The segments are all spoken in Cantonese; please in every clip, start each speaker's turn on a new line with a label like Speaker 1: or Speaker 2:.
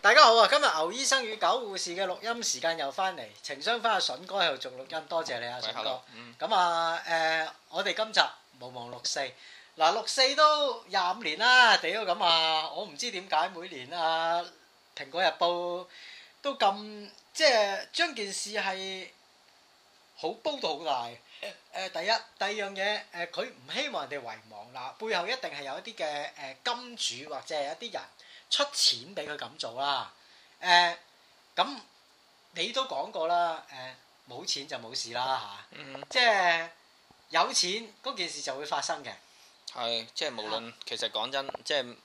Speaker 1: 大家好啊！今日牛醫生與狗護士嘅錄音時間又翻嚟，情商翻阿筍哥喺度做錄音，多謝你啊，筍哥。
Speaker 2: 嗯，
Speaker 1: 咁啊，誒、我哋今集無忘六四。嗱，六四都廿五年啦，屌咁啊！我唔知點解每年啊，《蘋果日報》都咁即係將件事係好煲到好大。誒、第一，第二樣嘢誒，佢、唔希望人哋遺忘啦，背後一定係有一啲嘅誒金主或者係一啲人出錢俾佢咁做啦。誒、咁你都講過啦，誒、冇錢就冇事啦嚇。
Speaker 2: 嗯，
Speaker 1: 即係有錢嗰件事就會發生嘅。
Speaker 2: 係，即係無
Speaker 1: 啊
Speaker 2: 論其實講真，即係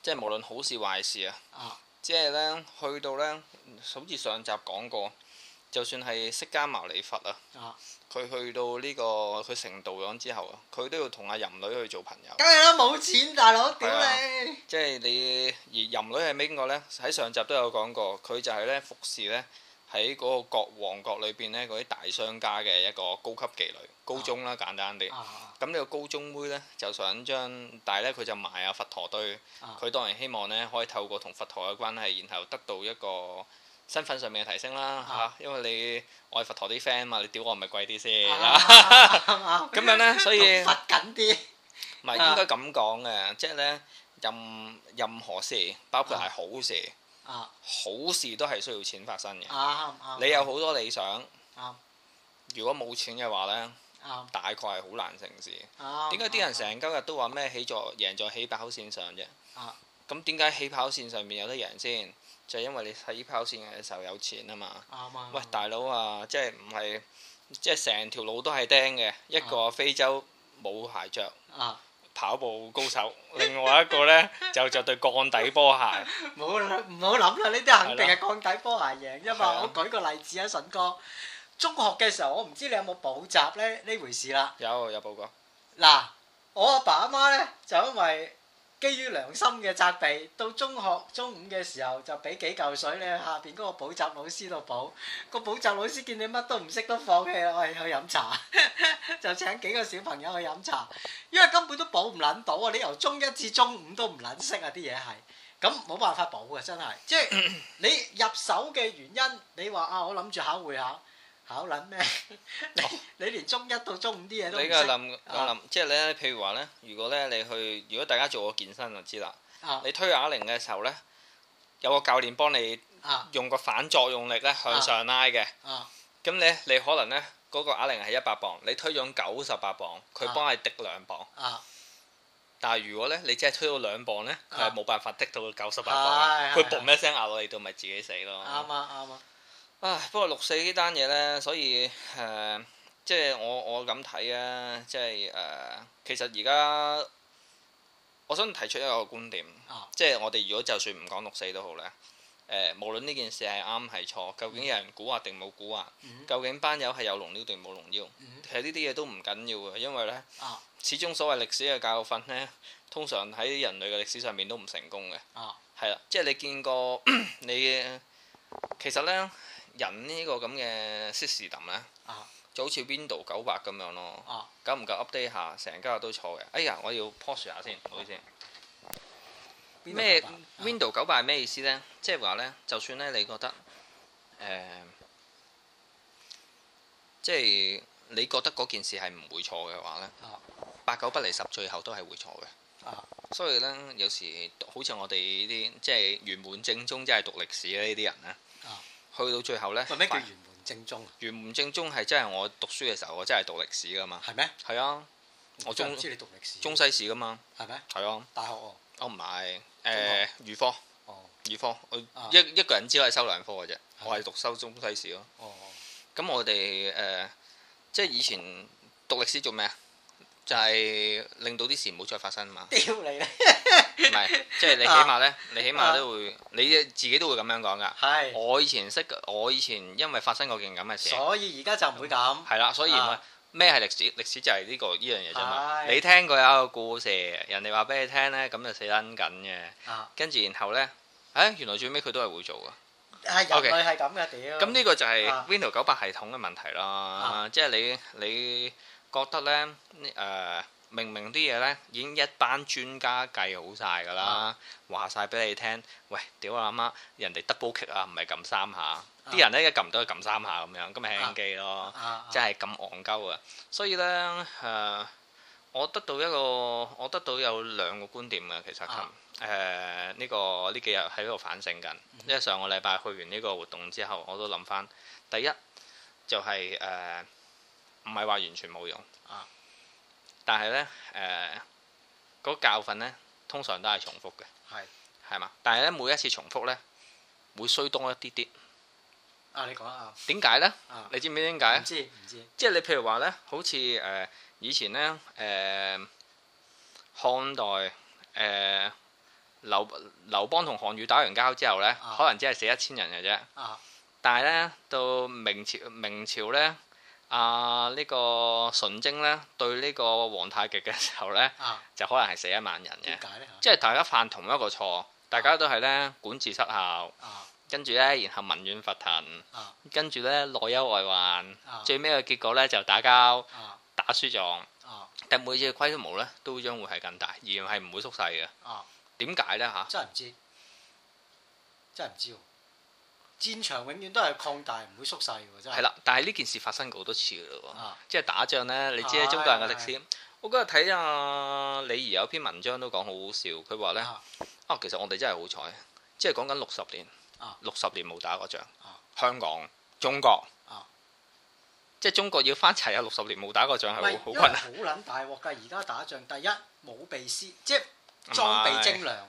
Speaker 2: 即係無論好事壞事啊，
Speaker 1: 啊，
Speaker 2: 即係咧去到咧，好似上集講過，就算係釋迦牟尼佛啊，
Speaker 1: 啊
Speaker 2: 佢去到呢、個佢成道咗之後啊，佢都要同阿淫女去做朋友，
Speaker 1: 梗係啦，冇錢大佬，屌
Speaker 2: 係啊
Speaker 1: 你！
Speaker 2: 即係你而淫女係邊個咧？喺上集都有講過，佢就係咧服侍咧喺嗰個國王國裏邊咧嗰啲大商家嘅一個高級妓女，高中啦簡單啲。
Speaker 1: 啊
Speaker 2: 咁呢個高中妹呢，就想將，但係呢，佢就埋啊佛陀堆，
Speaker 1: 啊
Speaker 2: 佢當然希望呢，可以透過同佛陀嘅關係，然後得到一個身份上面嘅提升啦嚇、
Speaker 1: 啊
Speaker 2: 因為你愛佛陀啲 friend 嘛，你屌我咪貴啲先
Speaker 1: 啊
Speaker 2: 啦。
Speaker 1: 啊
Speaker 2: 咁 樣呢，所以
Speaker 1: 咁罰緊啲
Speaker 2: 唔
Speaker 1: 啊
Speaker 2: 係應該咁講嘅，即係呢，任任何事，包括係好事，
Speaker 1: 啊
Speaker 2: 好事都係需要錢發生嘅。
Speaker 1: 啱啱。
Speaker 2: 你有啊好多理想，
Speaker 1: 啱
Speaker 2: 如果冇錢嘅話呢，
Speaker 1: 啱
Speaker 2: 大概係好難成事。
Speaker 1: 啱。
Speaker 2: 點解啲人
Speaker 1: 啱？
Speaker 2: 成今日都話咩起在贏在起跑線上啫
Speaker 1: 啊？
Speaker 2: 咁點解起跑線上面有得贏先？就係因為你起跑線嘅時候有錢啊嘛。
Speaker 1: 啱啊！
Speaker 2: 喂，大佬啊，即係唔係即係成條路都係釘嘅，一個非洲冇鞋着
Speaker 1: 啊，
Speaker 2: 跑步高手， 另外一個呢就着對鋼底波鞋。
Speaker 1: 冇啦唔好諗啦，呢啲肯定係鋼底波鞋贏啫
Speaker 2: 係
Speaker 1: 嘛。
Speaker 2: 啊
Speaker 1: 我舉個例子啊，筍哥。中學嘅時候，我唔知你有冇補習咧呢回事啦。
Speaker 2: 有有報過，
Speaker 1: 嗱，我阿爸阿媽咧就因為基於良心嘅責備，到中學中午嘅時候就俾幾嚿水咧下邊嗰個補習老師度補，個補習老師見你乜都唔識都放棄啦，喂去飲茶， 就請幾個小朋友去飲茶，因為根本都補唔撚到啊！你由中一至中五都唔撚識啊啲嘢係。咁冇辦法補嘅，真係， 即係你入手嘅原因，你話啊，我諗住考會考，考撚咩？ 你你連中一到中五啲嘢
Speaker 2: 你
Speaker 1: 都唔
Speaker 2: 嘅
Speaker 1: 識啊
Speaker 2: 諗我諗，即係呢，譬如話呢，如果呢你去，如果大家做過健身就知啦，
Speaker 1: 啊
Speaker 2: 你推啞鈴嘅時候呢，有個教練幫你
Speaker 1: 啊
Speaker 2: 用個反作用力呢向上拉嘅。
Speaker 1: 啊！
Speaker 2: 咁咧，你可能咧嗰、個啞鈴係一百磅，你推咗九十八磅，佢幫你滴兩磅。
Speaker 1: 啊，
Speaker 2: 但係如果咧，你只係推到兩磅咧，佢
Speaker 1: 啊
Speaker 2: 係冇辦法滴到九十八磅，啊
Speaker 1: 係
Speaker 2: 佢
Speaker 1: 係
Speaker 2: 嘣一聲壓落你度，咪自己死咯。
Speaker 1: 啱啊啱啊，
Speaker 2: 唉，不過六四呢單嘢咧，所以誒、呃即係我我咁睇啊，即係誒、呃其實而家我想提出一個觀點，
Speaker 1: 啊
Speaker 2: 即係我哋如果就算唔講六四都好咧，誒、無論呢件事係啱係錯，究竟有人估惑定冇估惑，
Speaker 1: 嗯
Speaker 2: 究竟班友係有龍腰定冇龍腰，
Speaker 1: 嗯
Speaker 2: 其實呢啲嘢都唔緊要嘅，因為咧，
Speaker 1: 啊
Speaker 2: 始終所謂歷史嘅教訓咧，通常喺人類嘅歷史上面都唔成功嘅。
Speaker 1: 啊
Speaker 2: 係啦，即係你見過 你其實咧人呢個咁嘅 system 咧
Speaker 1: 啊，
Speaker 2: 就好似 Window 九百咁樣咯，
Speaker 1: 啊
Speaker 2: 久唔久 update 下，成家都錯嘅。哎呀，我要 pause 下先，唔好意思。咩
Speaker 1: 啊
Speaker 2: Window 九百係咩意思咧？即係話咧，就算咧你覺得誒、呃即係你覺得嗰件事係唔會錯嘅話咧
Speaker 1: 啊，
Speaker 2: 八九不離十，最後都係會錯嘅。
Speaker 1: 啊
Speaker 2: 所以咧，有時好似我哋呢啲即係原本正宗，即係讀歷史嘅呢啲人咧，
Speaker 1: 啊
Speaker 2: 去到最後咧，
Speaker 1: 喂咩叫
Speaker 2: 發
Speaker 1: 原門正宗啊？
Speaker 2: 原本正宗係真係我讀書嘅時候，我真係讀歷史噶嘛。
Speaker 1: 係咩？
Speaker 2: 係啊，我中
Speaker 1: 真係唔知你讀歷史，
Speaker 2: 中西史噶嘛。
Speaker 1: 係咩？
Speaker 2: 係啊，
Speaker 1: 大學哦，
Speaker 2: 我唔係誒
Speaker 1: 學
Speaker 2: 預科
Speaker 1: 哦
Speaker 2: 預科，我
Speaker 1: 啊
Speaker 2: 一一個人只可以修兩科嘅啫。
Speaker 1: 係
Speaker 2: 我係讀修中西史咯。
Speaker 1: 哦哦
Speaker 2: 咁我哋誒即係以前讀歷史做咩啊？就係令到啲事唔好再發生嘛。
Speaker 1: 屌你咧，
Speaker 2: 唔係，即係你起碼
Speaker 1: 啊
Speaker 2: 咧，你起碼都會，你自己都會咁樣講噶。
Speaker 1: 係，
Speaker 2: 我以前識嘅，我以前因為發生過件咁嘅事，
Speaker 1: 所以而家就唔會咁，
Speaker 2: 係啦，所以
Speaker 1: 啊
Speaker 2: 咩係歷史？歷史就係呢個呢樣嘢啫嘛。
Speaker 1: 係
Speaker 2: 你聽過有一個故事，人哋話俾你聽咧，咁就死撚緊嘅。
Speaker 1: 啊
Speaker 2: 跟住然後咧，誒原來最尾佢都係會做噶。
Speaker 1: 係人類係咁嘅屌，
Speaker 2: 咁呢個就係
Speaker 1: 啊
Speaker 2: Windows 九八系統嘅問題啦。即係你你覺得咧誒明明啲嘢呢已經一班專家計好晒㗎
Speaker 1: 啊
Speaker 2: 啦，話晒俾你聽，喂，屌阿媽，人哋 double kick 啊，唔係撳三下，啲人呢一撳唔到就撳三下咁樣，咁咪輕機咯，
Speaker 1: 啊，
Speaker 2: 即係咁戇鳩啊！所以呢，誒、我得到一個，我得到有兩個觀點嘅，其實琴誒
Speaker 1: 啊
Speaker 2: 呢、個呢幾日喺度反省緊，
Speaker 1: 嗯
Speaker 2: 因為上個禮拜去完呢個活動之後，我都諗翻，第一就係、誒，唔係話完全冇用，
Speaker 1: 啊
Speaker 2: 但係呢，誒、嗰教訓呢，通常都係重複嘅，
Speaker 1: 係
Speaker 2: 係嘛？但係呢，每一次重複呢，會衰多一啲啲，
Speaker 1: 啊，你講啊，
Speaker 2: 點解呢？
Speaker 1: 啊，
Speaker 2: 你知唔知點解啊
Speaker 1: 唔？知唔知，
Speaker 2: 即係你譬如話咧，好似誒、呃以前咧誒、呃、漢代誒、呃、劉劉邦同項羽打完交之後咧，
Speaker 1: 啊
Speaker 2: 可能只係死一千人嘅啫。
Speaker 1: 啊
Speaker 2: 但係咧到明朝明朝咧，啊呢、個崇禎咧對呢個皇太極嘅時候咧，
Speaker 1: 啊，
Speaker 2: 就可能係死一萬人嘅
Speaker 1: 點。解咧嚇？
Speaker 2: 即係大家犯同一個錯，大家都係咧管治失效，
Speaker 1: 啊
Speaker 2: 跟住咧然後民怨沸騰
Speaker 1: 啊，
Speaker 2: 跟住咧內憂外患，
Speaker 1: 啊
Speaker 2: 最尾嘅結果咧就打交。
Speaker 1: 啊
Speaker 2: 打輸咗，
Speaker 1: 啊
Speaker 2: 但每次嘅規模咧都將會係更大，而係唔會縮細嘅。
Speaker 1: 啊，
Speaker 2: 點解呢？嚇？
Speaker 1: 真係唔知，真係唔知喎。戰場永遠都係擴大，唔會縮細嘅喎，真係。
Speaker 2: 係啦，但係呢件事發生過好多次嘅咯喎，
Speaker 1: 啊
Speaker 2: 即係打仗呢，你知啦
Speaker 1: 係
Speaker 2: 中國人嘅歷史。我嗰日睇阿李儀有篇文章都講好好笑，佢話呢：
Speaker 1: 啊
Speaker 2: 「啊，其實我哋真係好彩，即係講緊六十年
Speaker 1: 啊，
Speaker 2: 六十年冇打過仗
Speaker 1: 啊，
Speaker 2: 香港、中國
Speaker 1: 啊，
Speaker 2: 即係中國要翻齊啊有六十年冇打過仗係
Speaker 1: 唔
Speaker 2: 好
Speaker 1: 係
Speaker 2: 好
Speaker 1: 因為
Speaker 2: 困難。
Speaker 1: 好撚大鑊㗎，而家打仗第一冇備師，即係裝備精良。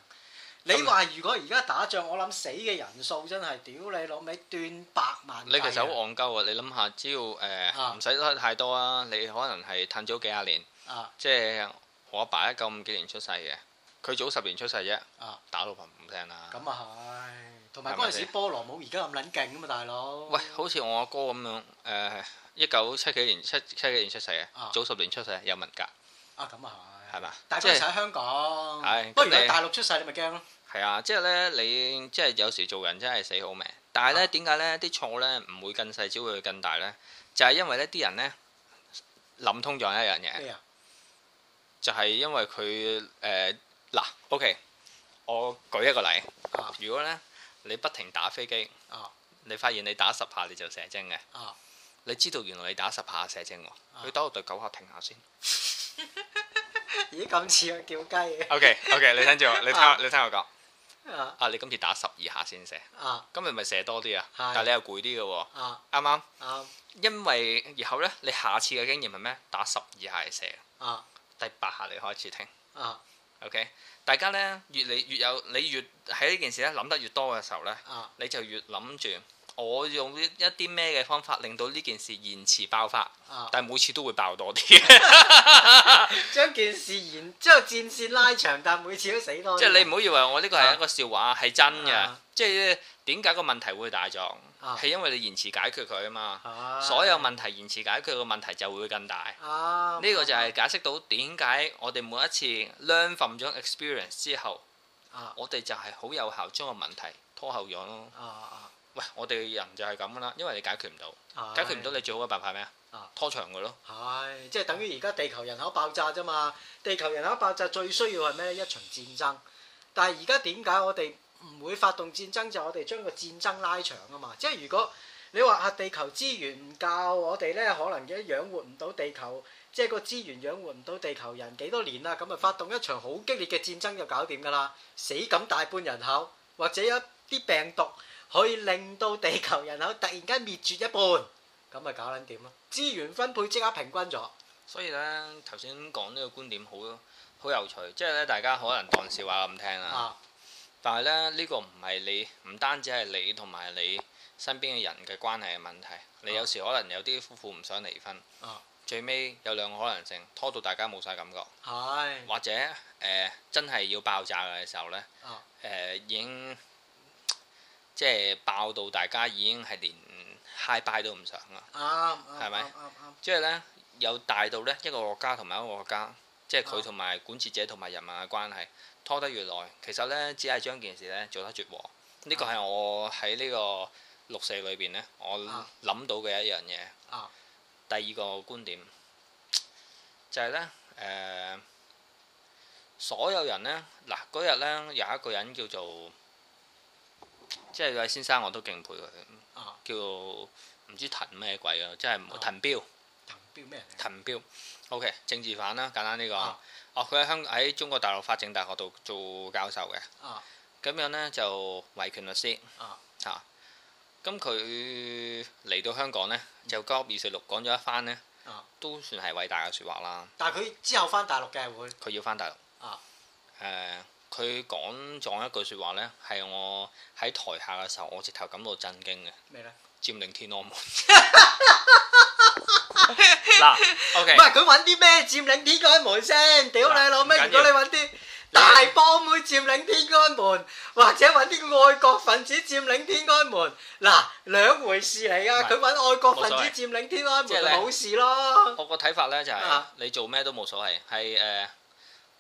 Speaker 1: 你
Speaker 2: 啊
Speaker 1: 話如果而家打仗，我諗死嘅人數真係屌你老味，斷百萬
Speaker 2: 你其實
Speaker 1: 實
Speaker 2: 好戇鳩啊！你諗下，只要呃
Speaker 1: 啊
Speaker 2: 誒唔使得太多啊，你可能係褪早幾廿年。
Speaker 1: 啊
Speaker 2: 即係我阿爸一九五幾年出世嘅，佢早十年出世啫，
Speaker 1: 啊
Speaker 2: 打老婆唔聲啦。
Speaker 1: 咁啊係，同埋
Speaker 2: 係咪
Speaker 1: 嗰陣時菠蘿冇而家咁撚勁啊嘛，大佬。
Speaker 2: 喂，好似我阿哥咁樣，誒一九七幾年七七幾年出世
Speaker 1: 啊
Speaker 2: 嘅，早十年出世有文革
Speaker 1: 啊咁啊係，
Speaker 2: 係嘛？
Speaker 1: 但
Speaker 2: 即
Speaker 1: 係嗰陣時
Speaker 2: 係
Speaker 1: 喺香港
Speaker 2: 係，
Speaker 1: 不過如
Speaker 2: 咁
Speaker 1: 果
Speaker 2: 你
Speaker 1: 大陸出世你咪驚咯。
Speaker 2: 係啊，即係咧你即係有時做人真係死好命，但係咧點解
Speaker 1: 嗯
Speaker 2: 咧啲錯咧唔會更細，只會更大咧？就係因為呢啲人咧諗通咗一樣嘢。
Speaker 1: 咩啊？
Speaker 2: 就係因為佢誒嗱，OK，我舉一個例
Speaker 1: 啊，
Speaker 2: 如果咧你不停打飛機
Speaker 1: 啊，
Speaker 2: 你發現你打十下你就射精嘅
Speaker 1: 啊，
Speaker 2: 你知道原來你打十下射精喎，你打到對九下停下先。
Speaker 1: 咦咁似啊叫雞嘅
Speaker 2: OK，OK，你聽 住我，你聽
Speaker 1: 啊
Speaker 2: 我你聽我講，
Speaker 1: 啊
Speaker 2: 啊，你今次打十二下先射，
Speaker 1: 啊
Speaker 2: 咁你咪射多啲啊，
Speaker 1: 係
Speaker 2: 但係你又攰啲嘅喎，
Speaker 1: 啊
Speaker 2: 啱唔啱？
Speaker 1: 啊
Speaker 2: 因為然後咧，你下次嘅經驗係咩？打十二下係射，
Speaker 1: 啊
Speaker 2: 第八下你開始停。
Speaker 1: 啊
Speaker 2: OK，大家咧越嚟越有，你越喺呢件事咧諗得越多嘅時候咧，
Speaker 1: 啊
Speaker 2: 你就越諗住我用一啲咩嘅方法令到呢件事延遲爆發，
Speaker 1: 啊！
Speaker 2: 但係每次都會爆 多啲，
Speaker 1: 將件事延，將戰線拉長，但每次都死多啲。
Speaker 2: 即係你唔好以為我呢個係一個笑話，係真嘅
Speaker 1: 啊。
Speaker 2: 即係點解個問題會大咗？
Speaker 1: 啊
Speaker 2: 係因為你延遲解決佢啊嘛。
Speaker 1: 啊
Speaker 2: 所有問題延遲解決個問題就會更大。
Speaker 1: 啊
Speaker 2: 呢個就係解釋到點解我哋每一次 learn from 咗 experience 之後，
Speaker 1: 啊
Speaker 2: 我哋就係好有效將個問題拖後咗咯。
Speaker 1: 啊
Speaker 2: 喂，我哋人就係咁噶啦，因為你解決唔到，
Speaker 1: 啊！
Speaker 2: 解決唔到你最好嘅辦法係咩
Speaker 1: 啊
Speaker 2: 啊？拖長佢咯。
Speaker 1: 係，即係等於而家地球人口爆炸啫嘛。地球人口爆炸最需要係咩？一場戰爭。但係而家點解我哋唔會發動戰爭？就係我哋將個戰爭拉長啊嘛。即係如果你話啊，地球資源唔夠，我哋咧可能嘅養活唔到地球，即係個資源養活唔到地球人幾多年啦，咁啊發動一場好激烈嘅戰爭就搞掂㗎啦，死咁大半人口，或者有一啲病毒可以令到地球人口突然間滅絕一半。咁咪搞撚掂咯？資源分配即刻平均咗，
Speaker 2: 所以咧，頭先講呢個觀點好好有趣，即係咧大家可能當笑話咁聽啦。
Speaker 1: 啊
Speaker 2: 但係咧，呢個唔係你，唔單止係你同埋你身邊嘅人嘅關係嘅問題。你有時可能有啲夫婦唔想離婚，
Speaker 1: 啊
Speaker 2: 最尾有兩個可能性，拖到大家冇晒感覺，
Speaker 1: 係
Speaker 2: 或者誒、呃真係要爆炸嘅時候咧，誒、
Speaker 1: 啊
Speaker 2: 已經即係爆到大家已經係連 high bye 都唔想啦。
Speaker 1: 啱啱
Speaker 2: 係咪
Speaker 1: 啱啱
Speaker 2: 即係咧有大到咧一個國家同埋一個國家，即係
Speaker 1: 啊
Speaker 2: 佢同埋管治者同埋人民嘅關係拖得越耐，其實咧只係將件事咧做得越和。呢個係我喺呢個六四裏邊咧，我
Speaker 1: 啊
Speaker 2: 諗到嘅一樣嘢。
Speaker 1: 啊
Speaker 2: 第二個觀點就係咧誒所有人呢，嗱嗰日呢，有一個人叫做，即係位先生我都敬佩佢，
Speaker 1: 啊
Speaker 2: 叫唔知滕咩鬼啊，即係唔
Speaker 1: 啊
Speaker 2: 滕彪，
Speaker 1: 滕彪咩人嚟？
Speaker 2: 滕彪，OK 政治犯啦，簡單啲講
Speaker 1: 啊，
Speaker 2: 哦佢喺香喺中國大陸法政大學度做教授嘅。
Speaker 1: 啊
Speaker 2: 咁樣呢，就維權律師
Speaker 1: 啊
Speaker 2: 嚇咁佢嚟到香港呢，就交二四六講咗一番呢，
Speaker 1: 嗯啊
Speaker 2: 都算係偉大嘅説話啦。
Speaker 1: 但係佢之後翻大陸嘅會
Speaker 2: 佢要翻大陸
Speaker 1: 啊
Speaker 2: 誒佢講咗一句説話呢，係我喺台下嘅時候，我直頭感到震驚嘅，
Speaker 1: 咩咧？
Speaker 2: 佔領天安 門。 嗱
Speaker 1: 唔
Speaker 2: ，OK，
Speaker 1: 係佢揾啲咩佔領天安門先？屌你老味！
Speaker 2: 嗱唔
Speaker 1: 如
Speaker 2: 緊
Speaker 1: 果
Speaker 2: 要
Speaker 1: 你揾啲大波妹佔領天安門，或者揾啲愛國分子佔領天安門，嗱兩回事嚟
Speaker 2: 唔係
Speaker 1: 噶。佢揾愛國分
Speaker 2: 冇所謂
Speaker 1: 子佔領天安
Speaker 2: 即係
Speaker 1: 門，
Speaker 2: 呢
Speaker 1: 咪冇事咯。
Speaker 2: 我個睇法呢，就係、
Speaker 1: 啊
Speaker 2: 你做咩都冇所謂，係誒。呃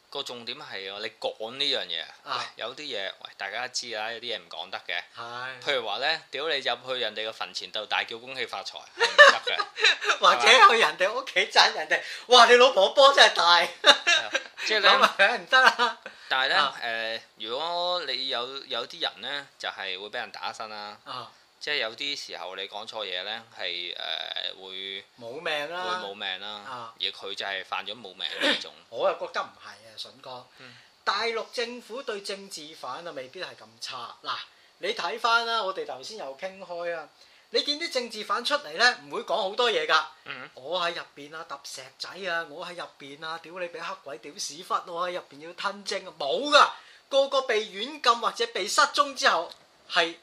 Speaker 2: 個重點係你講呢樣嘢，
Speaker 1: 啊
Speaker 2: 喂有啲嘢喂大家知啦，有啲嘢唔講得嘅，
Speaker 1: 係，
Speaker 2: 譬如話咧，屌你入去人哋個墳前度大叫恭喜發財係唔 得嘅，
Speaker 1: 或者去人哋屋企讚人哋，哇！你老婆波真係大，
Speaker 2: 即
Speaker 1: 咁
Speaker 2: 係咧。
Speaker 1: 咪梗係唔得啦。
Speaker 2: 但係咧，誒、呃
Speaker 1: 啊
Speaker 2: 如果你有有啲人咧，就係、會俾人打身啦。
Speaker 1: 啊，
Speaker 2: 即係有啲時候你講錯嘢咧，係誒、會
Speaker 1: 冇命
Speaker 2: 會
Speaker 1: 啦
Speaker 2: 冇。命啦。
Speaker 1: 啊
Speaker 2: 而佢就係犯咗冇命呢種。
Speaker 1: 我又覺得唔係啊，筍哥。
Speaker 2: 嗯
Speaker 1: 大陸政府對政治犯啊，未必係咁差。嗱，你睇翻啦，我哋頭先又傾開啊。你見啲政治犯出嚟呢，唔會講好多嘢㗎。
Speaker 2: 嗯
Speaker 1: 我喺入邊啊，揼石仔啊，我喺入邊啊，屌你俾黑鬼屌屎忽，我喺入邊要吞精啊，冇㗎。個個被軟禁或者被失蹤之後係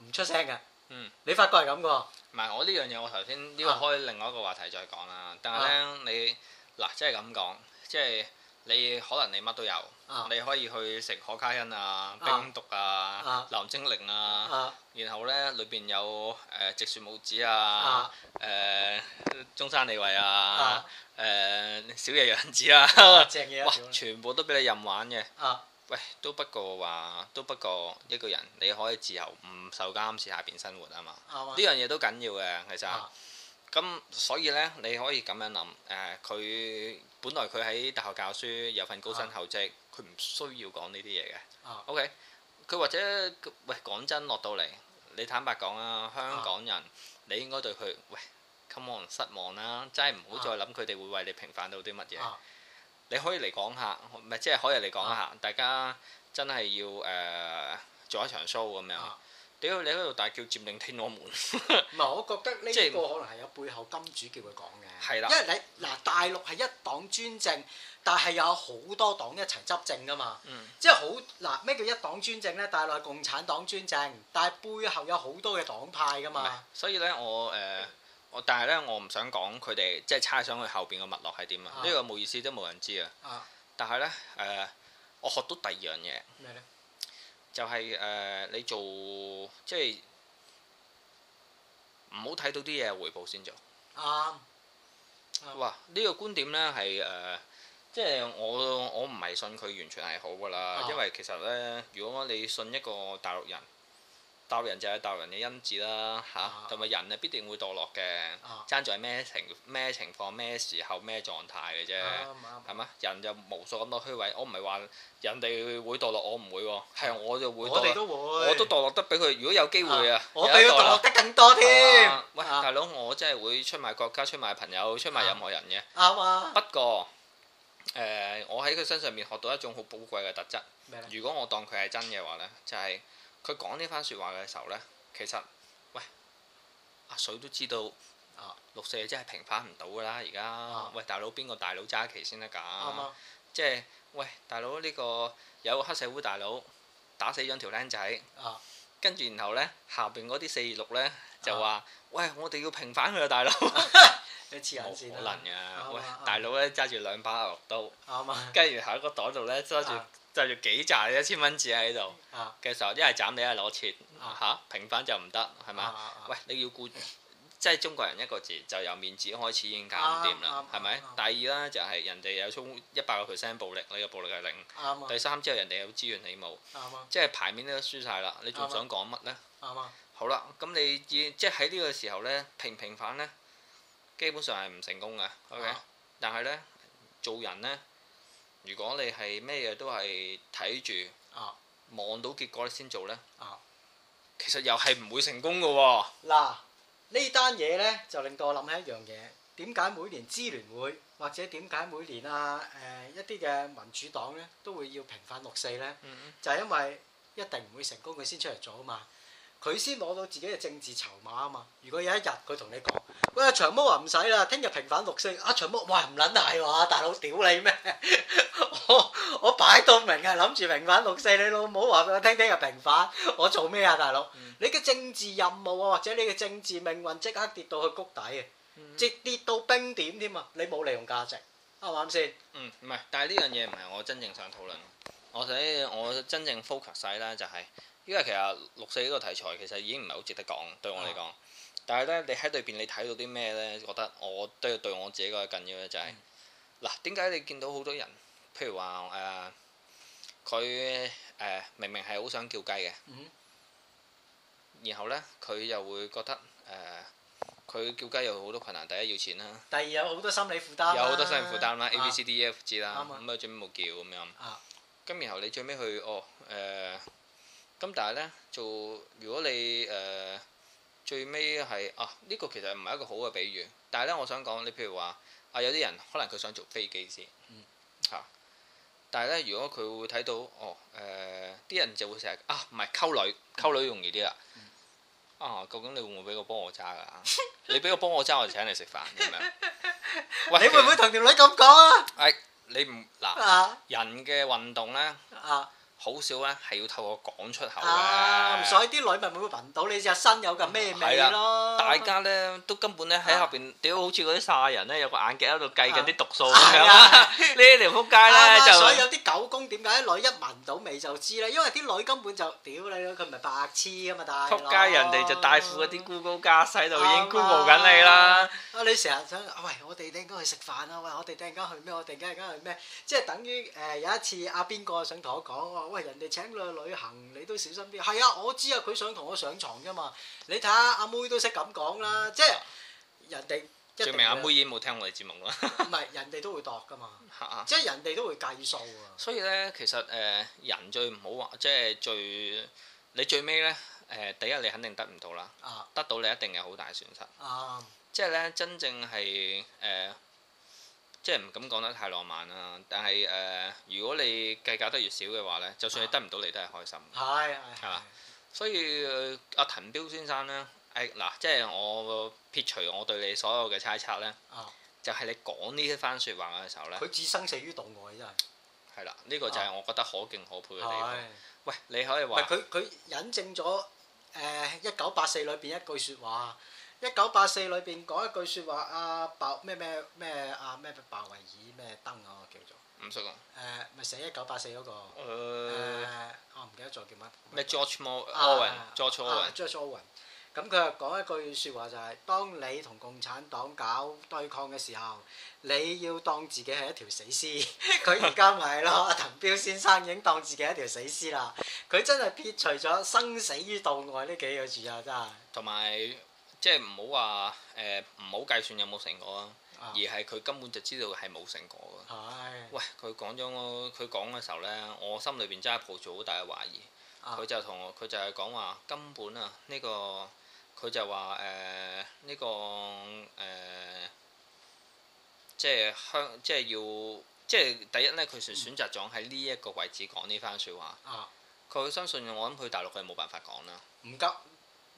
Speaker 1: 唔出聲嘅。
Speaker 2: 嗯，
Speaker 1: 你發覺係咁㗎。
Speaker 2: 唔係我呢樣嘢，我頭先呢個
Speaker 1: 啊
Speaker 2: 開另外一個話題再講啦。但係咧，你嗱即係咁講，即係你可能你乜都有，
Speaker 1: 啊
Speaker 2: 你可以去食可卡因啊、
Speaker 1: 啊
Speaker 2: 冰毒啊
Speaker 1: 啊、
Speaker 2: 藍精靈啊。
Speaker 1: 啊
Speaker 2: 然後咧，裏邊有誒、呃、直樹母子啊
Speaker 1: 啊，
Speaker 2: 誒、中山李慧啊
Speaker 1: 啊，
Speaker 2: 誒、小野洋子 啊，
Speaker 1: 啊！正嘢
Speaker 2: 哇
Speaker 1: 啊！屌，你
Speaker 2: 全部都俾你任玩嘅。
Speaker 1: 啊
Speaker 2: 喂，都不過話，都不過一個人你可以自由唔受監視下邊生活啊嘛。
Speaker 1: 啱啊
Speaker 2: 呢樣嘢都緊要嘅，其實
Speaker 1: 啊。
Speaker 2: 咁所以咧，你可以咁樣諗誒，呃佢、本來佢喺大學教書，有份高薪厚職，佢唔、需要講呢啲嘢嘅。
Speaker 1: 啊
Speaker 2: OK，佢或者喂講真落到嚟，你坦白講啊，香港人、你應該對佢喂 come on 失望啦，真係唔好再諗佢哋會為你平反到啲乜嘢。
Speaker 1: 啊
Speaker 2: 你可以嚟講下，唔係即係可以嚟講下，大家真係要誒、呃做一場 show 咁樣
Speaker 1: 啊。
Speaker 2: 屌、你喺度大叫佔領天安門，
Speaker 1: 唔係，我覺得呢
Speaker 2: 即係
Speaker 1: 個可能係有背後金主叫佢講嘅。
Speaker 2: 係啦
Speaker 1: 因為你嗱大陸係一黨專政，但係有好多黨一齊執政噶嘛。
Speaker 2: 嗯
Speaker 1: 即係好嗱，咩叫一黨專政咧？大陸係共產黨專政，但係背後有好多嘅黨派噶
Speaker 2: 唔係
Speaker 1: 嘛。
Speaker 2: 所以咧我誒。呃我但係咧，我唔想講佢哋即係猜想佢後邊嘅脈絡係點啊！
Speaker 1: 啊
Speaker 2: 呢個冇意思，都冇人知啊！
Speaker 1: 啊
Speaker 2: 但係咧，誒、我學到第二樣嘢，
Speaker 1: 咩咧？
Speaker 2: 就係、呃你做即係唔好睇到啲嘢回報先做。
Speaker 1: 啱啊
Speaker 2: 哇！呢、個觀點呢係誒、呃即係我我唔係信佢完全係好噶啦，
Speaker 1: 啊
Speaker 2: 因為其實呢，如果你信一個大陸人，大陸人就係大陸人嘅因子啦嚇
Speaker 1: 啊，
Speaker 2: 同埋、人啊必定會墮落嘅
Speaker 1: 啊，
Speaker 2: 爭在咩情咩情況咩時候咩狀態嘅啫。
Speaker 1: 啱啱。
Speaker 2: 係嘛？人就無數咁多虛偽，我唔係話人哋會墮落，我唔會喎，係我就會
Speaker 1: 我
Speaker 2: 墮落
Speaker 1: 哋。都會，
Speaker 2: 我都墮落得比佢，如果有機會啊，
Speaker 1: 我
Speaker 2: 有
Speaker 1: 比佢
Speaker 2: 得墮
Speaker 1: 墮落
Speaker 2: 落
Speaker 1: 得更多添
Speaker 2: 係。啊喂，
Speaker 1: 啊
Speaker 2: 大佬，我真係會出賣國家、出賣朋友、出賣任何人嘅。
Speaker 1: 啱啊！
Speaker 2: 不過誒，我喺佢身上面學到一種好寶貴嘅特質。
Speaker 1: 咩咧？
Speaker 2: 如果我當佢係真嘅話呢，就係佢講呢番説話嘅時候呢，其實喂阿水都知道
Speaker 1: 啊
Speaker 2: 六四真係平反唔到㗎啦，而家
Speaker 1: 啊
Speaker 2: 喂大佬邊個大佬揸旗先得㗎？
Speaker 1: 啱啊！
Speaker 2: 即係喂大佬呢個有黑社會大佬打死咗條僆仔。
Speaker 1: 啊
Speaker 2: 跟住然後呢，下邊嗰啲四六呢，就話：
Speaker 1: 啊
Speaker 2: 喂，我哋要平反佢啊，大佬！冇
Speaker 1: 你黐人
Speaker 2: 可
Speaker 1: 線
Speaker 2: 能
Speaker 1: 啦！
Speaker 2: 㗎，
Speaker 1: 啊
Speaker 2: 喂
Speaker 1: 啊，
Speaker 2: 大佬呢，揸住兩把牛刀，
Speaker 1: 啱啊！
Speaker 2: 跟住然後一個袋度呢，揸住
Speaker 1: 啊
Speaker 2: 揸住幾扎一千蚊紙喺度
Speaker 1: 啊
Speaker 2: 嘅時候，一係斬你，一係攞錢
Speaker 1: 啊
Speaker 2: 嚇，平反就唔得，係咪？
Speaker 1: 啊啊
Speaker 2: 喂，你要顧，即係中國人一個字就由面子開始已經搞唔掂啦，
Speaker 1: 啱啱
Speaker 2: 係
Speaker 1: 啱？
Speaker 2: 咪第二啦，就係人哋有充一百個 percent 暴力，你嘅暴力係零。
Speaker 1: 啱啊！
Speaker 2: 第三之後，人哋有資源你冇，
Speaker 1: 啱啊！
Speaker 2: 即係牌面都輸晒啦，你仲
Speaker 1: 啱啊
Speaker 2: 想講乜呢？
Speaker 1: 啱啊！
Speaker 2: 好啦，咁你要即係喺呢個時候呢，平平反呢，基本上係唔成功嘅。OK，、
Speaker 1: 啊
Speaker 2: 但係呢，做人呢，如果你係咩嘢都係睇住
Speaker 1: 啊
Speaker 2: 望到結果你先做呢，
Speaker 1: 啊
Speaker 2: 其實又係唔會成功嘅喎。
Speaker 1: 嗱，呢單嘢咧就令到我諗起一樣嘢，點解每年支聯會或者點解每年啊誒、一啲嘅民主黨咧都會要平反六四咧？
Speaker 2: 嗯
Speaker 1: 就係因為一定唔會成功，佢先出嚟做啊嘛。佢先攞到自己嘅政治籌碼啊嘛。如果有一日佢同你講，喂阿長毛話唔使啦，聽日平反六四，阿、長毛喂唔撚係話，大佬屌你咩？ 我我擺到明係諗住平反六四，你老母話俾我聽聽日平反，我做咩啊大佬？
Speaker 2: 嗯
Speaker 1: 你嘅政治任務啊，或者你嘅政治命運即刻跌到去谷底嘅，
Speaker 2: 嗯
Speaker 1: 即跌到冰點添啊！你冇利用價值，啱唔啱先？
Speaker 2: 嗯，唔係，但係呢樣嘢唔係我真正想討論。我睇我真正 focus 晒啦，就係因為其實六四呢個題材其實已經唔係好值得講，對我嚟講。但係咧，你喺裏邊你睇到啲咩咧？覺得我都要對我自己個緊要咧，就係嗱，點解你見到好多人，譬如話誒，佢、誒明明係好想叫雞嘅，
Speaker 1: 嗯
Speaker 2: 然後咧佢又會覺得誒，佢、叫雞有好多困難，第一要錢啦，
Speaker 1: 第二有好多心理負擔啦，
Speaker 2: 有好多心理負擔啦，A、
Speaker 1: 啊
Speaker 2: B、C、D、E、F、G 啦，
Speaker 1: 啱啊
Speaker 2: 咁啊最尾冇叫咁樣。
Speaker 1: 啊
Speaker 2: 咁然後你最尾去哦誒，咁、但係呢，做，如果你誒、呃最尾係啊呢、個其實唔係一個好嘅比喻，但係呢，我想講你譬如話啊有啲人可能佢想做飛機師，
Speaker 1: 嗯
Speaker 2: 嚇但係呢，如果佢會睇到哦誒啲、人就會成日啊唔係溝女
Speaker 1: 嗯
Speaker 2: 溝女容易啲啦。啊！究竟你會唔會俾個波我揸㗎？你 俾個波我揸，我就請你食飯咁 樣。喂
Speaker 1: 你會唔會同條女咁講啊？
Speaker 2: 你唔嗱
Speaker 1: 啊
Speaker 2: 人嘅運動呢？
Speaker 1: 啊
Speaker 2: 好少咧係要透過講出口嘅，
Speaker 1: 啊！所以啲女咪會聞到你隻身有嚿咩味咯。
Speaker 2: 嗯啊大家咧都根本咧
Speaker 1: 啊
Speaker 2: 喺後邊，屌好似嗰啲撒亞人咧有個眼鏡喺度計緊啲毒素咁樣
Speaker 1: 啊
Speaker 2: 啦，呢條撲街
Speaker 1: 啱啊所以
Speaker 2: 咧就
Speaker 1: 有啲狗公點解啲女一聞到味就知咧？因為啲女根本就屌你啦，佢唔係白痴啊嘛，大佬
Speaker 2: 撲街，人哋就帶副
Speaker 1: 哦
Speaker 2: 嗰啲 Google 家喺度已經 Google 緊你啦，
Speaker 1: 啊！你成日想，喂，我哋突然間去食飯啊！喂，我哋突然間去咩？我突然間而家去咩？即係等於誒、有一次阿邊個想同我講，我話喂人哋請你去旅行，你都小心啲。係啊，我知啊，佢想同我上床啫嘛。你睇下阿妹都識咁講啦，即係人哋一
Speaker 2: 證
Speaker 1: 定
Speaker 2: 明阿
Speaker 1: 會
Speaker 2: 妹已經冇聽我哋節目啦
Speaker 1: 唔係人哋都會度噶嘛，
Speaker 2: 嚇。
Speaker 1: 即係人哋都會計數啊。
Speaker 2: 所以咧，其實誒、呃人最唔好話，即係最你最尾咧誒，第一你肯定得唔到啦，
Speaker 1: 啊
Speaker 2: 得到你一定有好大損失。
Speaker 1: 啊
Speaker 2: 即係咧，真正係誒、呃即係唔敢講得太浪漫啦。但係誒、呃如果你計較得越少嘅話咧，就算你得唔到，你都係開心嘅。
Speaker 1: 係
Speaker 2: 係
Speaker 1: 係
Speaker 2: 嘛所以呃阿滕彪先生咧，誒嗱，即係我撇除我對你所有嘅猜測咧，
Speaker 1: 啊！
Speaker 2: 就係你講呢一番説話嘅時候咧，
Speaker 1: 佢置生死於度外真係。
Speaker 2: 係啦，呢個就係我覺得可敬可佩嘅地方。
Speaker 1: 啊係。
Speaker 2: 喂，你可以
Speaker 1: 唔係
Speaker 2: 話
Speaker 1: 佢佢引證咗誒一九八四裏邊一句説話，一九八四裏邊講一句説話，阿鮑咩咩咩阿咩鮑維爾咩登啊叫做
Speaker 2: 唔識啊，
Speaker 1: 誒呃咪寫一九八四嗰個誒
Speaker 2: 誒
Speaker 1: 我唔記得咗叫乜
Speaker 2: 呃咩 George Mo-
Speaker 1: 呃啊
Speaker 2: Owen，George Owen
Speaker 1: 啊 George Owen。咁佢又講一句説話就係、當你同共產黨搞對抗嘅時候，你要當自己係一條死 屍。佢而家咪係咯，阿滕彪先生已經當自己係一條死屍啦。佢真係撇除咗生死於度外呢幾個字啊，真係。
Speaker 2: 同埋即係唔好話誒唔好計算有冇成果啊。
Speaker 1: 啊
Speaker 2: 而係佢根本就知道係冇成果嘅。
Speaker 1: 係
Speaker 2: 喂，佢講咗我，佢講嘅時候呢，我心裏邊真係抱住好大嘅懷疑。
Speaker 1: 啊
Speaker 2: 佢就同我，佢就係講話根本啊，呢、個佢就話誒呢個誒、呃即係香，即係要，即係第一呢，佢選選擇咗喺呢一個位置講呢番説話。
Speaker 1: 嗯啊，
Speaker 2: 佢相信我諗佢大陸佢冇辦法講啦，
Speaker 1: 唔急，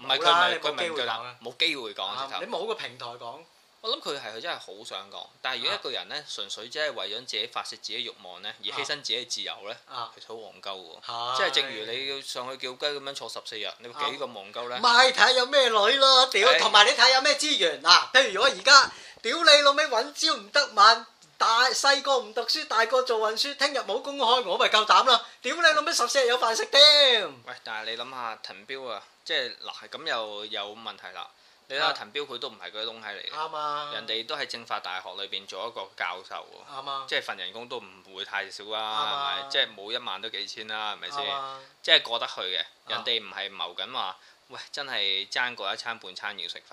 Speaker 2: 唔
Speaker 1: 冇
Speaker 2: 係佢
Speaker 1: 啦
Speaker 2: 唔係
Speaker 1: 你
Speaker 2: 佢
Speaker 1: 冇
Speaker 2: 唔
Speaker 1: 機
Speaker 2: 係
Speaker 1: 會講啊
Speaker 2: 唔夠膽，冇機會講
Speaker 1: 啊
Speaker 2: 直頭
Speaker 1: 你。冇個平台講
Speaker 2: 我諗佢係佢真係好想講，但
Speaker 1: 啊
Speaker 2: 係如果一個人咧純粹即係為咗自己發泄自己慾望咧，而犧牲自己嘅自由咧，
Speaker 1: 啊，
Speaker 2: 其實好戇鳩嘅喎。
Speaker 1: 係
Speaker 2: 即係正如你要上去叫雞咁樣坐十四日，你會幾咁戇鳩
Speaker 1: 啊唔
Speaker 2: 咧？
Speaker 1: 係睇下有咩女咯，屌！
Speaker 2: 係
Speaker 1: 同埋你睇下有咩資源嗱，譬如我而家屌你老味揾朝唔得晚，大細個唔讀書，大個做運輸，聽日冇公開，我咪夠膽啦！屌你老味十四日有飯食添，
Speaker 2: 喂，但係你諗下滕彪啊，即係嗱咁又有問題啦。你睇下
Speaker 1: 啊
Speaker 2: 滕彪佢都唔係嗰啲窿閪嚟嘅，
Speaker 1: 啱啊！
Speaker 2: 人哋都係政法大學裏邊做一個教授喎，
Speaker 1: 啱啊，
Speaker 2: 即係份人工都唔會太少啦，
Speaker 1: 啊
Speaker 2: 係咪？即係冇一萬都幾千啦，係咪
Speaker 1: 啱
Speaker 2: 先？
Speaker 1: 啊，
Speaker 2: 即係過得去嘅，人哋唔係謀緊話，喂，真係爭過一餐半餐要食飯。誒、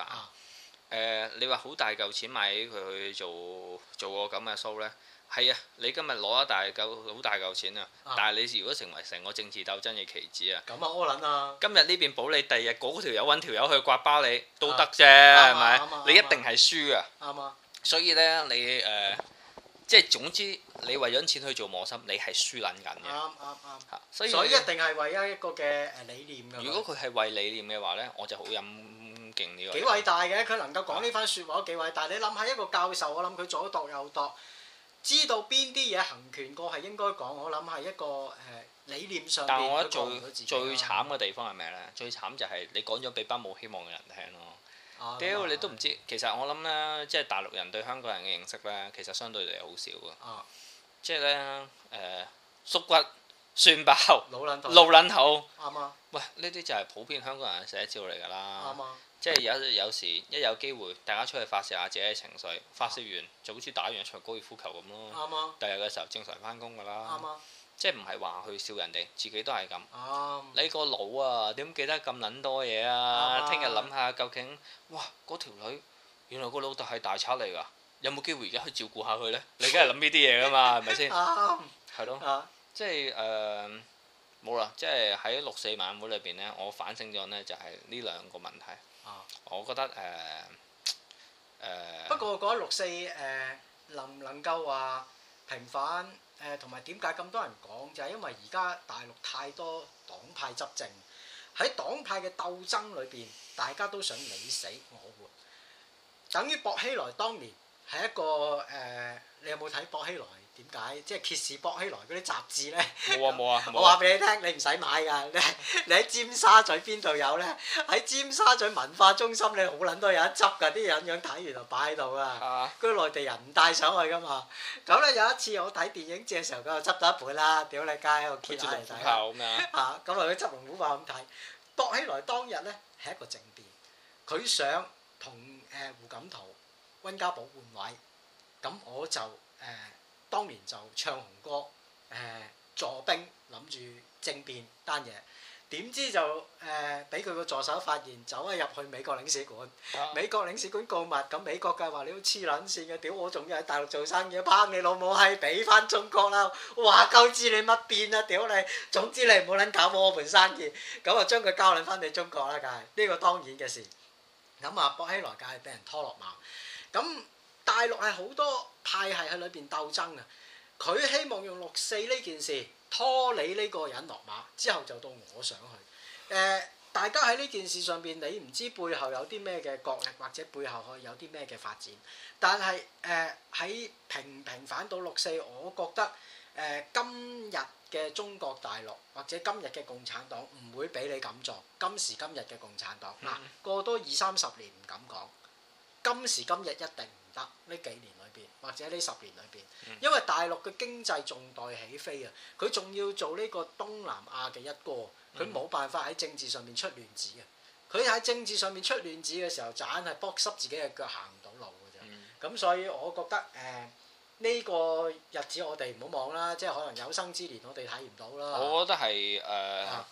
Speaker 1: 啊
Speaker 2: 你話好大嚿錢買佢去做做個咁嘅 show 呢？係啊，你今日攞一大嚿好大嚿錢啊
Speaker 1: 啊！
Speaker 2: 但係你如果成為成個政治鬥爭嘅棋子啊，
Speaker 1: 咁啊柯撚啊，
Speaker 2: 今日呢邊保你，第二日嗰條友揾條友去刮巴你都得啫，
Speaker 1: 啊
Speaker 2: 係
Speaker 1: 啱啊啱啊
Speaker 2: 咪？你一定係輸啊！
Speaker 1: 啱啊，
Speaker 2: 所以咧，你誒、呃即係總之，你為咗錢去做磨心，你係輸撚緊嘅
Speaker 1: 啱啱
Speaker 2: 嚇。所
Speaker 1: 啱，
Speaker 2: 以
Speaker 1: 啊所以一定係為一個嘅誒理念㗎。
Speaker 2: 如果佢係為理念嘅話咧，我就好陰勁呢個
Speaker 1: 幾
Speaker 2: 人。
Speaker 1: 偉大嘅，佢能夠講呢番説話都幾偉大。你諗下一個教授，我諗佢左度右度，知道邊啲嘢行權過係應該講，我諗係一個誒、呃理念上邊
Speaker 2: 但係我
Speaker 1: 佢
Speaker 2: 覺
Speaker 1: 講唔到
Speaker 2: 得
Speaker 1: 自己啊
Speaker 2: 最
Speaker 1: 啦。
Speaker 2: 最慘嘅地方係咩咧？最慘就係你講咗俾班冇希望嘅人聽咯。
Speaker 1: 啊！咁
Speaker 2: 屌
Speaker 1: 啊
Speaker 2: 你都唔知，其實我諗咧，即係大陸人對香港人嘅認識咧，其實相對嚟好少嘅。
Speaker 1: 啊！
Speaker 2: 即係咧誒，縮骨、蒜爆、
Speaker 1: 老撚頭，
Speaker 2: 露撚頭，
Speaker 1: 啱啊
Speaker 2: 喂，呢啲就係普遍香港人嘅寫照嚟㗎啦。
Speaker 1: 啱啊！
Speaker 2: 即係有有時一有機會，大家出去發泄下自己嘅情緒，發泄完就好似打完一場高爾夫球咁咯。
Speaker 1: 啱啊！
Speaker 2: 第日嘅時候正常翻工㗎啦
Speaker 1: 啱，啊！嗯
Speaker 2: 即係唔係話去笑人哋，自己都係咁。
Speaker 1: 啱！
Speaker 2: 你個腦啊，點記得咁撚多嘢
Speaker 1: 啱
Speaker 2: 啊
Speaker 1: 啊？
Speaker 2: 聽日諗下究竟，哇！嗰條女原來個老豆係大賊嚟㗎，有冇機會而家去照顧下佢呢？你梗係諗呢啲嘢 㗎嘛，係咪先？
Speaker 1: 啱
Speaker 2: 係咯，
Speaker 1: 啊！
Speaker 2: 即係誒冇啦，即係喺六四晚會裏邊呢，我反省咗呢就係呢兩個問題。
Speaker 1: 啊
Speaker 2: 我覺得誒誒，
Speaker 1: 不過我覺得六四誒、呃能唔能夠話平反誒，同埋點解咁多人講就係、因為而家大陸太多黨派執政，喺黨派嘅鬥爭裏邊，大家都想你死我活，等於薄熙來當年係一個誒、呃你有冇睇薄熙來點解即係揭示薄熙來嗰啲雜誌咧？
Speaker 2: 冇啊冇啊冇
Speaker 1: 我話
Speaker 2: 啊，
Speaker 1: 俾你聽，你唔使買㗎。 你你喺尖沙咀邊度有咧？喺尖沙咀文化中心，你好撚多有一執㗎。啲人樣睇完就擺喺度啊。
Speaker 2: 啊
Speaker 1: 嗰啲內地人唔帶上去㗎嘛。咁咧有一次我睇電影借嘅時候，佢就執咗一本啦。屌你街喺度
Speaker 2: 好
Speaker 1: 揭
Speaker 2: 似
Speaker 1: 下
Speaker 2: 龍
Speaker 1: 嚟
Speaker 2: 虎
Speaker 1: 睇啦。
Speaker 2: 豹咁樣，
Speaker 1: 嚇！咁啊，佢執龍虎豹咁睇。薄熙來當日咧係一個政變，佢想同誒胡錦濤、温家寶換位，咁我就誒、呃、當年就唱紅歌誒、呃助兵，諗住政變單嘢。點知就誒俾佢個助手發現，走咗入去美國領事館。
Speaker 2: 啊
Speaker 1: 美國領事館告密，咁美國嘅話你都黐撚線嘅，屌我仲要喺大陸做生意，抨你老母閪，俾翻中國啦！我話鳩知你乜變啦，屌你！總之你唔好撚搞我盤生意，咁啊將佢交撚翻你中國啦，梗係呢個當然嘅事。咁啊，薄熙來梗係俾人拖落馬。咁大陸係好多派系喺裏邊鬥爭啊，佢希望用六四呢件事拖你呢個人落馬，之後就到我上去。誒、呃大家喺呢件事上邊，你唔知背後有啲咩嘅角力，或者背後可以有啲咩嘅發展。但係誒喺平唔平反到六四，我覺得誒、呃今日嘅中國大陸或者今日嘅共產黨唔會俾你咁做。今時今日嘅共產黨嗱，過多二三十年唔敢講，今時今日一定唔得。呢幾年裏邊或者呢十年裏邊，因為大陸嘅經濟仲待起飛啊，佢仲要做呢個東南亞嘅一哥，佢冇辦法喺政治上面出亂子嘅。佢喺政治上面出亂子嘅時候，就硬係卜濕自己嘅腳行唔到路嘅啫。
Speaker 2: 嗯
Speaker 1: 咁所以我覺得誒呢、個日子我哋唔好望啦，即係可能有生之年我哋睇唔到啦。
Speaker 2: 我覺得係誒
Speaker 1: 啊，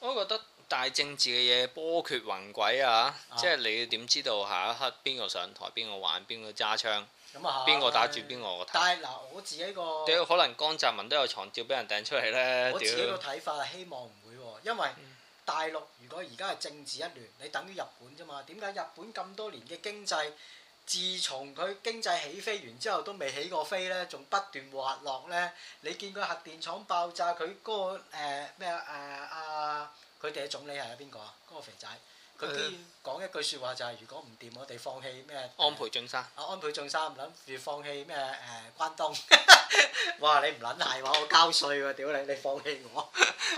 Speaker 2: 我覺得大政治嘅嘢波譎雲詭啊
Speaker 1: 啊，
Speaker 2: 即係你點知道下一刻邊個上台，邊個玩，邊個揸槍，
Speaker 1: 咁啊，
Speaker 2: 邊個打住？邊個個頭？
Speaker 1: 但係嗱，我自己個
Speaker 2: 屌，可能江澤民都有床照俾人掟出嚟咧，
Speaker 1: 我自己個
Speaker 2: 屌，
Speaker 1: 睇法係希望唔會喎，因為大陸如果而家係政治一亂，你等於日本啫嘛。點解日本咁多年嘅經濟，自從佢經濟起飛完之後都未起過飛咧，仲不斷滑落咧？你見佢核電廠爆炸，佢嗰、個誒咩啊誒啊，佢哋嘅總理係邊個啊？嗰、個肥仔，佢居然講一句説話就係、如果唔掂我哋放棄咩？
Speaker 2: 安倍晉三。
Speaker 1: 啊安倍晉三唔諗住放棄咩誒、呃、關 東，哇！你唔撚係話我交税喎，屌你！你放棄 我，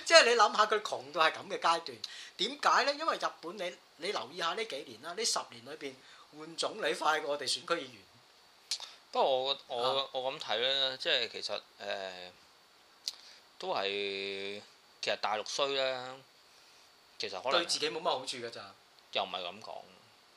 Speaker 1: 即係你諗下佢窮到係咁嘅階段，點解呢？因為日本你你留意下呢幾年啦，呢十年裏邊換總理快過我哋選區議員，
Speaker 2: 不過我
Speaker 1: 啊
Speaker 2: 我我咁睇咧，即係其實誒、呃都係其實大陸衰咧，其實可能
Speaker 1: 對自己冇乜好處㗎咋。
Speaker 2: 又唔係咁講。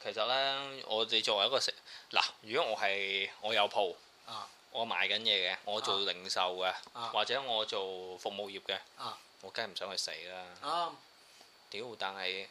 Speaker 2: 其實咧，我哋作為一個食嗱，如果我係我有鋪，
Speaker 1: 啊
Speaker 2: 我賣緊嘢嘅，我做零售嘅，
Speaker 1: 啊
Speaker 2: 或者我做服務業嘅，
Speaker 1: 啊
Speaker 2: 我梗係唔想去死啦。
Speaker 1: 啱
Speaker 2: 屌！但係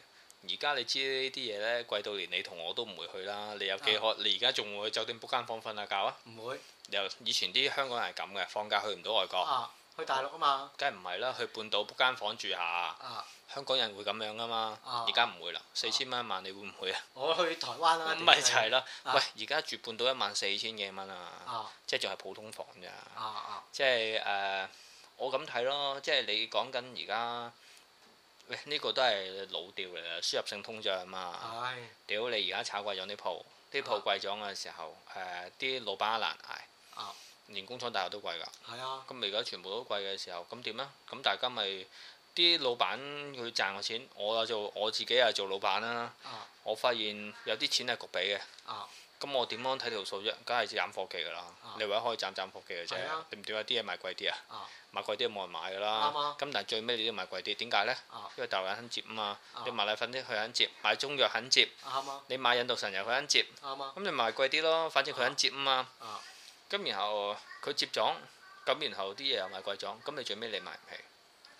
Speaker 2: 而家你知呢啲嘢呢，貴到連你同我都唔會去啦。你有
Speaker 1: 啊
Speaker 2: 幾可？你而家仲會去酒店 book 間房瞓下覺啊？
Speaker 1: 唔會
Speaker 2: 又以前啲香港人係咁嘅，放假去唔到外國，
Speaker 1: 啊，去大陸啊嘛，
Speaker 2: 梗係唔係啦？去半島 book 間房住下，
Speaker 1: 啊，
Speaker 2: 香港人會咁樣噶嘛？
Speaker 1: 啊
Speaker 2: 而家唔會啦，四千蚊一晚，你會唔會啊？
Speaker 1: 我去台灣啦，
Speaker 2: 唔係就係啦。
Speaker 1: 啊
Speaker 2: 喂，而家住半島一晚四千幾蚊啊，
Speaker 1: 啊
Speaker 2: 即係仲係普通房咋？
Speaker 1: 啊啊，
Speaker 2: 即係誒、呃我咁睇咯，即係你講緊而家，喂呢、個都係老調嚟啦，輸入性通脹啊嘛。
Speaker 1: 係
Speaker 2: 屌你而家炒貴咗啲鋪，啲鋪貴咗嘅時候，誒、啲老闆難捱，
Speaker 1: 啊
Speaker 2: 連工廠大學都貴㗎。
Speaker 1: 係啊，
Speaker 2: 咁而家全部都貴嘅時候，咁點啊？咁大家咪啲老闆佢賺嘅錢，我又做我自己又做老闆啦。
Speaker 1: 啊
Speaker 2: 我發現有啲錢係局俾嘅。
Speaker 1: 啊
Speaker 2: 咁我點樣睇條數啫？梗係斬貨記㗎啦！
Speaker 1: 啊
Speaker 2: 你唯一可以斬斬貨記嘅啫
Speaker 1: 係啊。
Speaker 2: 你唔點解啲嘢賣貴啲啊
Speaker 1: 啊？
Speaker 2: 賣貴啲冇人買㗎
Speaker 1: 啱
Speaker 2: 啦
Speaker 1: 啊。
Speaker 2: 咁但係最尾你都要賣貴啲，點解呢
Speaker 1: 啊？
Speaker 2: 因為大陸人肯接啊嘛
Speaker 1: 啊。
Speaker 2: 你買奶粉啲佢肯接，買中藥肯接，
Speaker 1: 啱啊
Speaker 2: 你買印度神油佢肯接，
Speaker 1: 啱啊
Speaker 2: 咁你賣貴啲咯。反正佢肯接啊嘛。
Speaker 1: 啊
Speaker 2: 咁然後佢接咗，咁然後啲嘢又賣貴咗，咁你最尾你買唔起。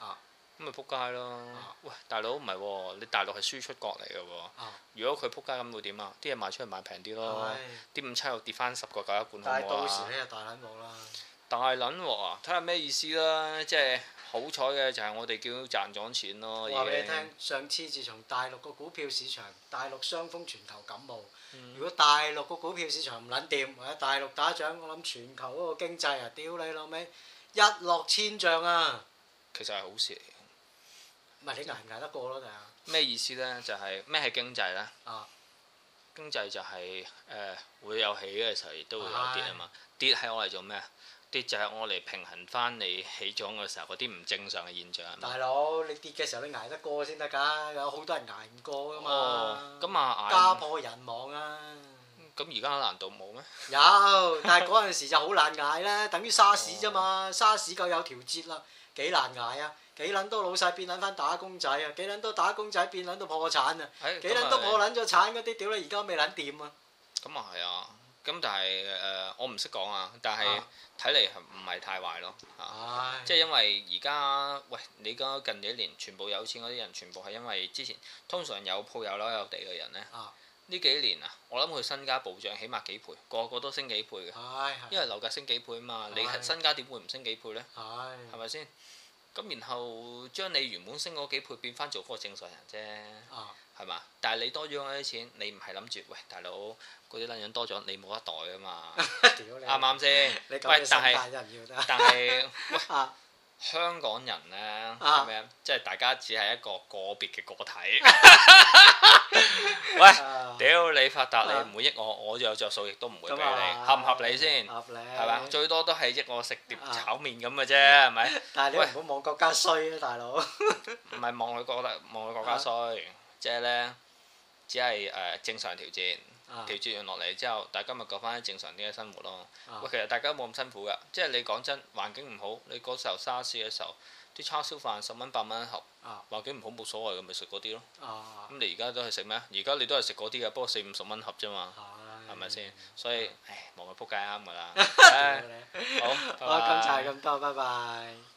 Speaker 1: 啊
Speaker 2: 咁咪撲街咯
Speaker 1: 啊！
Speaker 2: 喂，大佬唔係喎，你大陸係輸出國嚟嘅喎。
Speaker 1: 啊，
Speaker 2: 如果佢撲街咁會點啊？啲嘢賣出去賣平啲咯。
Speaker 1: 係，
Speaker 2: 啲午餐肉跌翻十個九一
Speaker 1: 但
Speaker 2: 罐
Speaker 1: 係
Speaker 2: 好
Speaker 1: 到
Speaker 2: 唔
Speaker 1: 時
Speaker 2: 好啊？
Speaker 1: 你就大撚冇啦，
Speaker 2: 大撚鑊啊！睇下咩意思啦，即係好彩嘅就係我哋叫賺咗錢咯，已
Speaker 1: 話俾你
Speaker 2: 經
Speaker 1: 聽，上次自從大陸個股票市場大陸雙風全球感冒
Speaker 2: 嗯，
Speaker 1: 如果大陸個股票市場唔撚掂，或者大陸打仗，我諗全球嗰個經濟啊，屌你老味，一落千丈啊！
Speaker 2: 其實係好事嚟嘅。
Speaker 1: 唔係你捱唔捱得過咯，定係
Speaker 2: 咩意思呢？就係咩係經濟呢？
Speaker 1: 啊
Speaker 2: 經濟就係、誒、會有起嘅時候，亦都會有跌啊嘛。跌係我嚟做咩啊？跌就係我嚟平衡翻你起咗嘅時候嗰啲唔正常嘅現象啊嘛。
Speaker 1: 大佬，你跌嘅時候你捱得過先得㗎，有好多人捱唔過㗎啊
Speaker 2: 哦
Speaker 1: 嘛，。
Speaker 2: 咁啊，
Speaker 1: 家
Speaker 2: 捱
Speaker 1: 破人亡啊！
Speaker 2: 咁而家難度冇咩？
Speaker 1: 有，但係嗰陣時就好難捱啦，等於沙士啫嘛，沙士夠有調節啦，幾難捱啊！幾撚多老細變撚翻打工仔啊！幾撚多打工仔變撚到破產啊！
Speaker 2: 誒
Speaker 1: 幾
Speaker 2: 咁
Speaker 1: 撚
Speaker 2: 啊
Speaker 1: 多破撚咗產嗰啲，屌你而家未撚掂啊！
Speaker 2: 咁啊係啊，咁但係誒、呃我唔識講啊，但係
Speaker 1: 啊
Speaker 2: 睇嚟係唔係太壞咯嚇。
Speaker 1: 唉，
Speaker 2: 即係因為而家喂，你而家近幾年全部有錢嗰啲人，全部係因為之前通常有鋪有樓有地嘅人呢。
Speaker 1: 啊
Speaker 2: 呢幾年啊，我諗佢身家暴漲，起碼幾倍，個個都升幾倍嘅，
Speaker 1: 唉
Speaker 2: 因為樓價升幾倍啊嘛，你
Speaker 1: 係嗯
Speaker 2: 身家點會唔升幾倍呢？
Speaker 1: 唉
Speaker 2: 係咪先？咁然後將你原本升嗰幾倍變翻做嗰個正常人啫。
Speaker 1: 啊
Speaker 2: 係嘛？但係你多咗嗰啲錢，你唔係諗住喂大佬嗰啲撚樣多咗，你冇得袋啊嘛，
Speaker 1: 屌你！
Speaker 2: 啱唔啱先？
Speaker 1: 你咁嘅
Speaker 2: 喂
Speaker 1: 心
Speaker 2: 但係
Speaker 1: 態真係唔要得
Speaker 2: 但係
Speaker 1: 啊！
Speaker 2: 香港人呢，係咪啊即係大家只係一個個別嘅個體。喂，
Speaker 1: 啊
Speaker 2: 屌你發達，
Speaker 1: 啊
Speaker 2: 你唔會益我，我就有着數，亦都唔會俾
Speaker 1: 咁啊
Speaker 2: 你，合唔合理先？
Speaker 1: 合理
Speaker 2: 係嘛？最多都係益我食碟
Speaker 1: 啊
Speaker 2: 炒面咁 嘅啫，係咪？
Speaker 1: 但係你
Speaker 2: 喂
Speaker 1: 唔好望國家衰啊，大佬。
Speaker 2: 唔係望佢國得望佢國家衰，即係呢，只係誒正常調節。
Speaker 1: 啊
Speaker 2: 調節完落嚟之後，大家咪過翻正常啲嘅生活咯。
Speaker 1: 啊
Speaker 2: 喂，其實大家冇咁辛苦㗎，即係你講真，環境唔好，你嗰時候沙士嘅時候，啲叉燒飯十蚊八蚊一盒，
Speaker 1: 啊
Speaker 2: 環境唔好冇所謂嘅，咪食嗰啲咯。
Speaker 1: 啊，
Speaker 2: 咁你而家都係食咩？而家你都係食嗰啲嘅，不過四五十蚊盒啫嘛，
Speaker 1: 係
Speaker 2: 係咪先？？所以，唉，望佢撲街啱㗎啦。
Speaker 1: 屌
Speaker 2: 唉
Speaker 1: 你
Speaker 2: 好，拜
Speaker 1: 好，
Speaker 2: 拜
Speaker 1: 今集係咁多，拜拜。